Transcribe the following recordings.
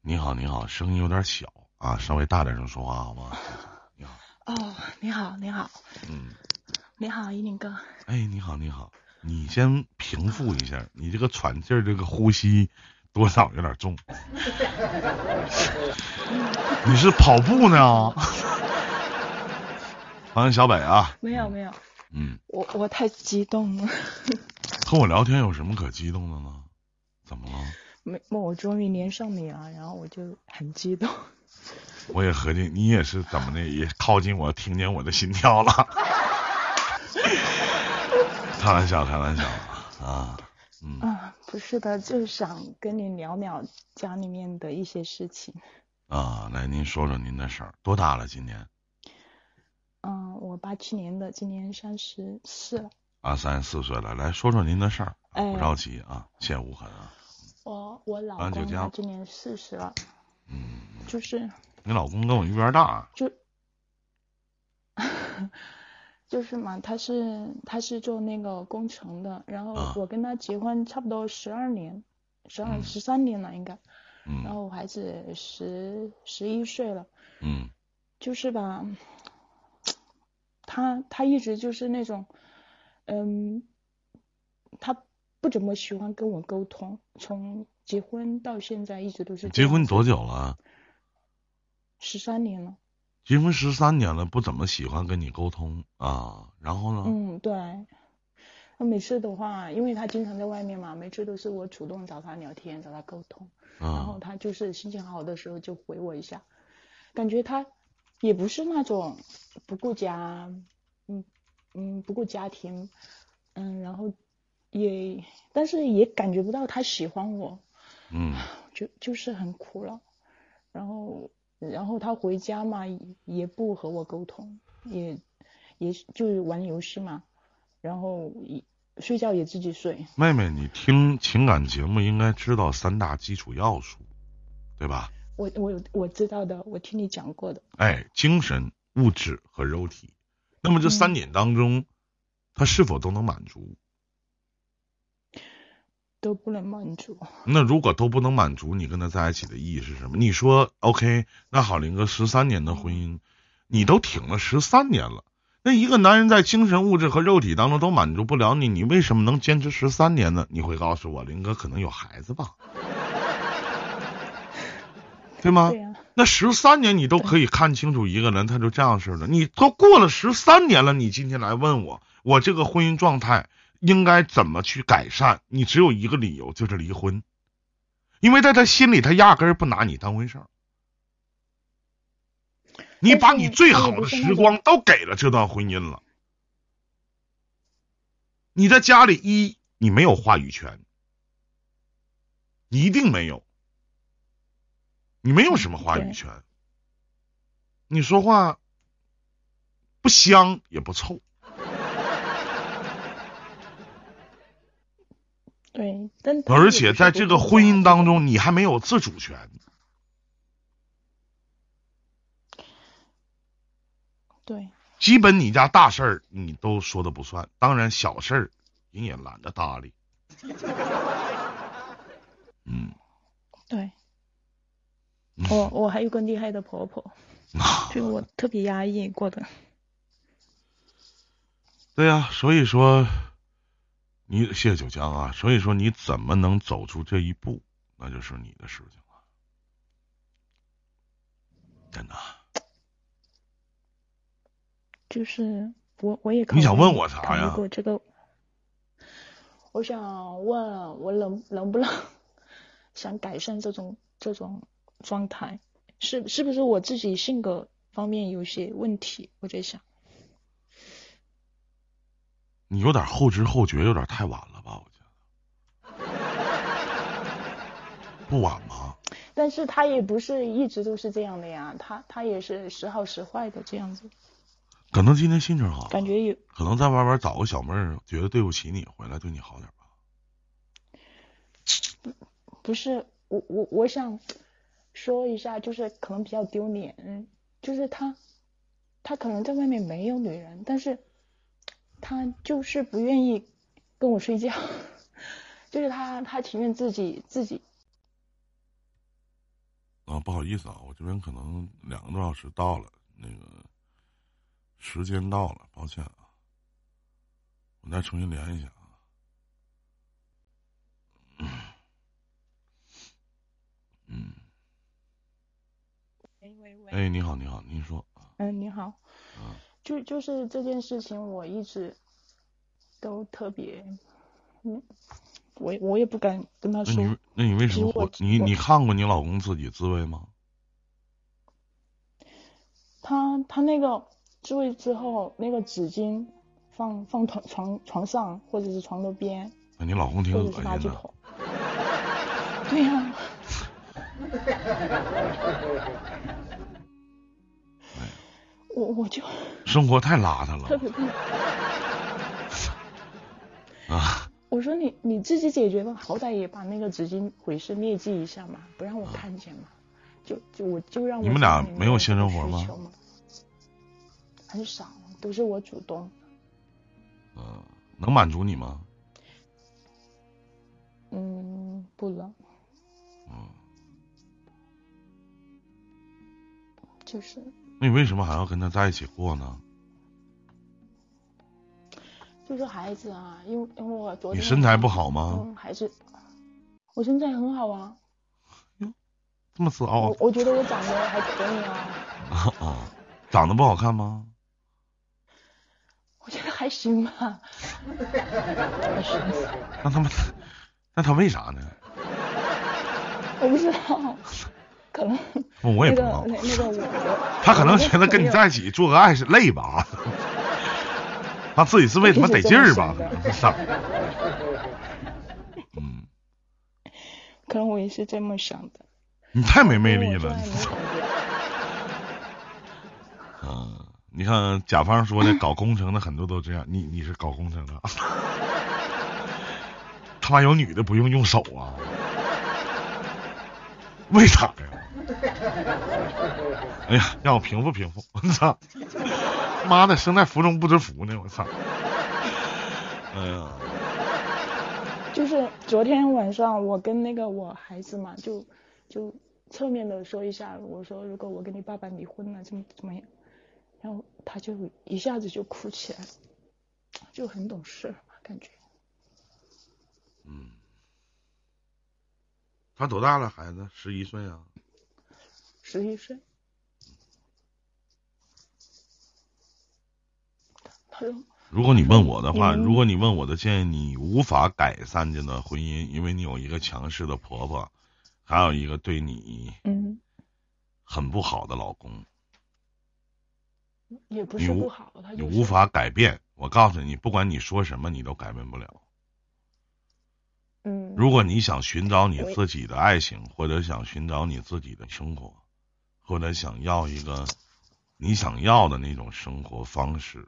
你好，你好，声音有点小啊，稍微大点声说话好吗？你好，哦，你好，你好，嗯，你好，一林哥。哎，你好，你好，你先平复一下，你这个喘气儿，这个呼吸多少有点重。 你是跑步呢？ 欢迎小北啊，没有没有，嗯，我我太激动了， 和我聊天有什么可激动的呢？怎么了？没，我终于连上你了，然后我就很激动。我也合计你也是怎么的，也靠近我，听见我的心跳了。 开玩笑，开玩笑啊，嗯，啊，不是的，就是想跟你聊聊家里面的一些事情。啊，来，您说说您的事儿，多大了？今年嗯，我八七年的，今年三十四了。啊，三十四岁了，来说说您的事儿，啊不哎着急啊，切勿狠啊。我我老啊就公这样他今年四十了，嗯，就是你老公跟我一边大，啊就就是嘛，他是他是做那个工程的，然后啊我跟他结婚差不多十二年，十二嗯十三年了应该，然嗯后我孩子十十一岁了，嗯就是吧，他他一直就是那种，嗯，他不怎么喜欢跟我沟通，从结婚到现在一直都是这结样婚子多久了？十三年了，结婚十三年了，不怎么喜欢跟你沟通啊。然后呢？嗯，对。那每次的话，因为他经常在外面嘛，每次都是我主动找他聊天，找他沟通，然后啊他就是心情好的时候就回我一下，感觉他也不是那种不顾家，嗯嗯，不顾家庭，嗯，然后也，但是也感觉不到他喜欢我，嗯就就是很苦恼。然后，然后他回家嘛，也也不和我沟通，也也就是玩游戏嘛，然后也睡觉也自己睡。妹妹，你听情感节目应该知道三大基础要素，对吧？我我我知道的，我听你讲过的。哎，精神、物质和肉体。那么这三嗯点当中，他是否都能满足？都不能满足，那如果都不能满足，你跟他在一起的意义是什么？你说 OK，那好，林哥，十三年的婚姻，你都挺了十三年了。那一个男人在精神、物质和肉体当中都满足不了你，你为什么能坚持十三年呢？你会告诉我，林哥可能有孩子吧， 对吗？对呀、啊那十三年你都可以看清楚一个人，他就这样式的。你都过了十三年了，你今天来问我，我这个婚姻状态应该怎么去改善？你只有一个理由，就是离婚，因为在他心里，他压根儿不拿你当回事儿。你把你最好的时光都给了这段婚姻了，你在家里一你没有话语权，你一定没有。你没有什么嗯话语权，你说话不香也不臭，对，但他而也且不是在不这顾个家婚姻当中，你还没有自主权。对，基本你家大事儿你都说的不算，当然小事儿人也懒得搭理。 嗯，对嗯我我还有个厉害的婆婆，啊这个我特别压抑过的。对呀、所以说你谢谢九江啊，所以说你怎么能走出这一步，那就是你的事情了，真的。就是我我也考你想虑问我啥考虑呀过这个，我想问我能能不能想改善这种这种状态，是是不是我自己性格方面有些问题？我在想，你有点后知后觉，有点太晚了吧？我觉得不晚吗？但是他也不是一直都是这样的呀，他他也是时好时坏的这样子，可能今天心情好，感觉有可能在外边找个小妹儿，觉得对不起你，回来对你好点吧。不是我我我想说一下，就是可能比较丢脸，嗯，就是他他可能在外面没有女人，但是他就是不愿意跟我睡觉， 就是他他情愿自己自己不好意思啊，我这边可能两个多小时到了，那个时间到了，抱歉啊，我再重新连一下啊。嗯，喂喂喂，哎，你好，你好，您说啊，嗯，你好，嗯就就是这件事情，我一直都特别，嗯，我也我也不敢跟他那说，你那你为什么如果会你我你看过你老公自己自慰吗？他他那个自慰之后，那个纸巾放放床床床上或者是床头边，那哎你老公挺或恶者是垃心圾的。桶。对呀、哎呀我我就生活太邋遢特了别不能， 啊！我说你你自己解决吧，好歹也把那个纸巾毁尸灭迹一下嘛，不让我看见嘛，就就我就让我你们俩知道没有性生活需吗求嘛？很少，都是我主动。嗯，能满足你吗？嗯，不了，嗯，就是那你为什么还要跟他在一起过呢？就是孩子啊，因为因为我昨你天身材不好啊吗？嗯，还是我身材很好啊，这么自傲我我觉得我长得还可以啊，啊 啊！长得不好看吗？我觉得还行吧， 还行，那他妈，那他为啥呢？我不知道，可能哦我也不知那个道，那那个我他可能觉得跟你在一起做个爱是累吧， 他自己自慰他妈得劲儿吧，我可也能是上。嗯，可能我也是这么想的，你太没魅因为力我做了爱，没感觉。嗯，你看甲方说的搞工程的很多都这样，你你是搞工程的，他妈有女的不用用手啊？为啥呀？哎呀，让我平复平复，我操！妈的，生在福中不知福呢，我操！哎呀，就是昨天晚上我跟那个我孩子嘛，就就侧面的说一下，我说如果我跟你爸爸离婚了，怎么怎么样，然后他就一下子就哭起来，就很懂事嘛，感觉嗯，他多大了？孩子十一岁啊？十一岁。他说如果你问我的话，嗯如果你问我的建议，你无法改善这段婚姻，因为你有一个强势的婆婆，还有一个对你嗯，很不好的老公，啊也不你是无不好，他你就无是法改变。我告诉你，不管你说什么，你都改变不了。嗯，如果你想寻找你我也自己的爱情，或者想寻找你自己的生活，或者想要一个你想要的那种生活方式，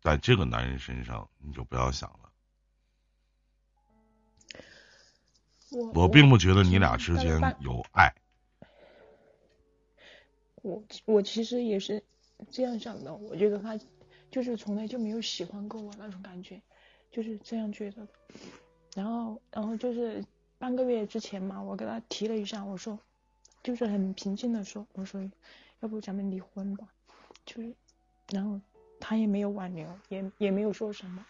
在这个男人身上，你就不要想了。我我并不觉得你俩之间大概有爱。我我其实也是这样想的，我觉得他就是从来就没有喜欢过我那种感觉，就是这样觉得的。然后，然后就是半个月之前嘛，我跟他提了一下，我说，就是很平静的说，我说，要不咱们离婚吧，就是，然后他也没有挽留，也也没有说什么。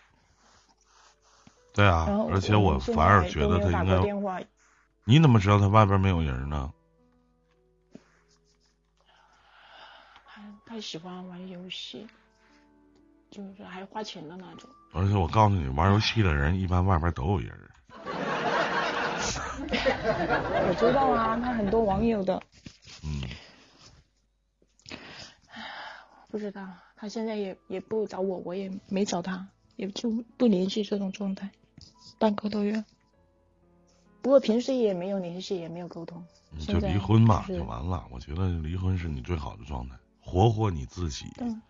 对啊然后，而且我我们现反而在觉都得没有他打应过该，电话，你怎么知道他外边没有人呢？还他喜欢玩游戏，就是还花钱的那种。而且我告诉你，玩游戏的人一般外边都有人。我知道啊，他很多网友的。嗯，不知道，他现在也也不找我，我也没找他，也就不联系这种状态，半个多月。不过平时也没有联系，也没有沟通。你就现在离婚吧，是就完了。我觉得离婚是你最好的状态，活活你自己。嗯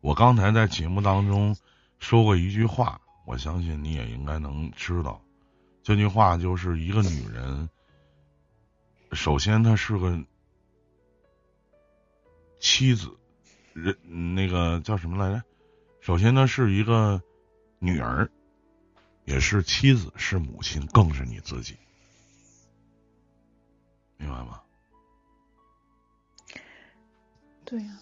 我刚才在节目当中说过一句话，我相信你也应该能知道。这句话就是一个女人，首先她是个妻子，人那个叫什么来着？首先她是一个女儿，也是妻子，是母亲，更是你自己，明白吗？对呀、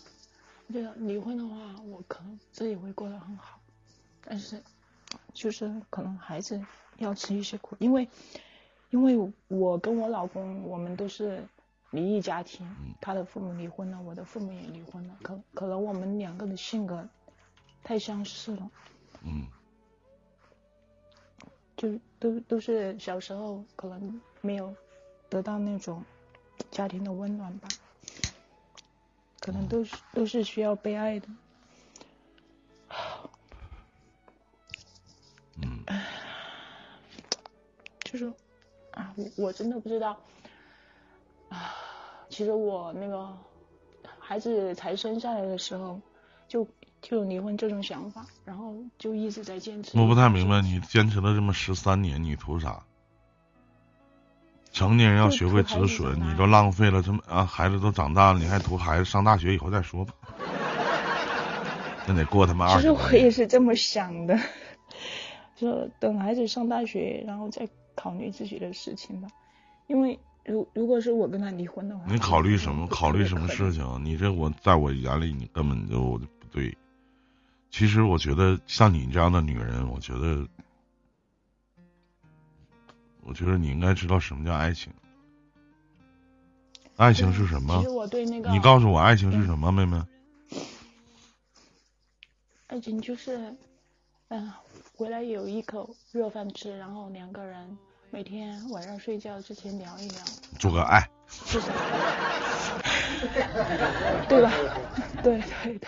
我觉得离婚的话，我可能自己会过得很好，但是就是可能还是要吃一些苦，因为因为我跟我老公我们都是离异家庭，他的父母离婚了，我的父母也离婚了，可可能我们两个的性格太相似了，嗯就都都是小时候可能没有得到那种家庭的温暖吧，可能都是都是需要被爱的。嗯就是啊，我我真的不知道啊。其实我那个孩子才生下来的时候，就就有离婚这种想法，然后就一直在坚持。我不太明白，你坚持了这么十三年，你图啥？成年人要学会止损，你都浪费了这么啊，孩子都长大了，你还图孩子上大学以后再说吧？那得过他妈其二实十我也年。是这么想的，就等孩子上大学，然后再考虑自己的事情吧。因为如如果是我跟他离婚的话，你考虑什么？就考虑什么特别可事能？情？啊你这我在我眼里你根本就不对。其实我觉得像你这样的女人，我觉得，我觉得你应该知道什么叫爱情。爱情是什么其实？我对那个你告诉我，嗯爱情是什么，妹妹？爱情就是，嗯，回来有一口热饭吃，然后两个人每天晚上睡觉之前聊一聊，做个爱。至少， 对吧？ 对对对，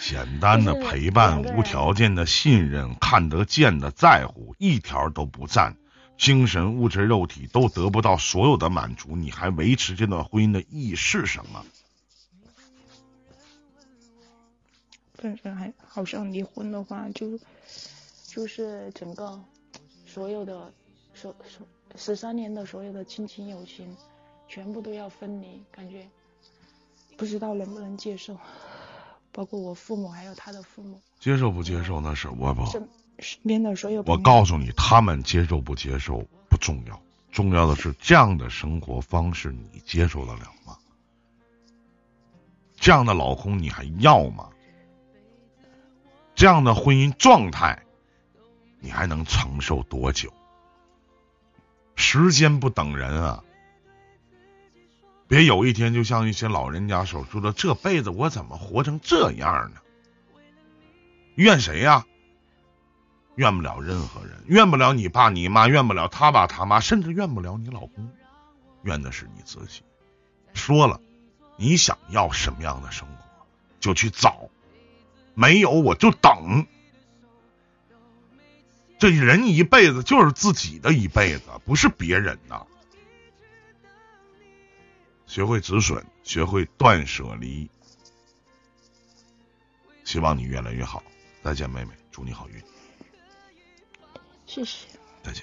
简单的就是陪伴两个，人无条件的信任，看得见的在乎，一条都不占。精神、物质、肉体都得不到所有的满足，你还维持这段婚姻的意义是什么？但是还好像离婚的话，就就是整个所有的所所十三年的所有的亲情友情，全部都要分离，感觉不知道能不能接受，包括我父母还有他的父母。接受不接受那是我不，身身边的所有朋我友告诉你，他们接受不接受不重要，重要的是这样的生活方式你接受得了吗？这样的老公你还要吗？这样的婚姻状态你还能承受多久？时间不等人啊！别有一天就像一些老人家所说的，这辈子我怎么活成这样呢？怨谁呀、怨不了任何人，怨不了你爸你妈，怨不了他爸他妈，甚至怨不了你老公，怨的是你自己。说了，你想要什么样的生活，就去找，没有我就等。这人一辈子就是自己的一辈子，不是别人的。学会止损，学会断舍离。希望你越来越好，再见，妹妹，祝你好运，谢谢。再见。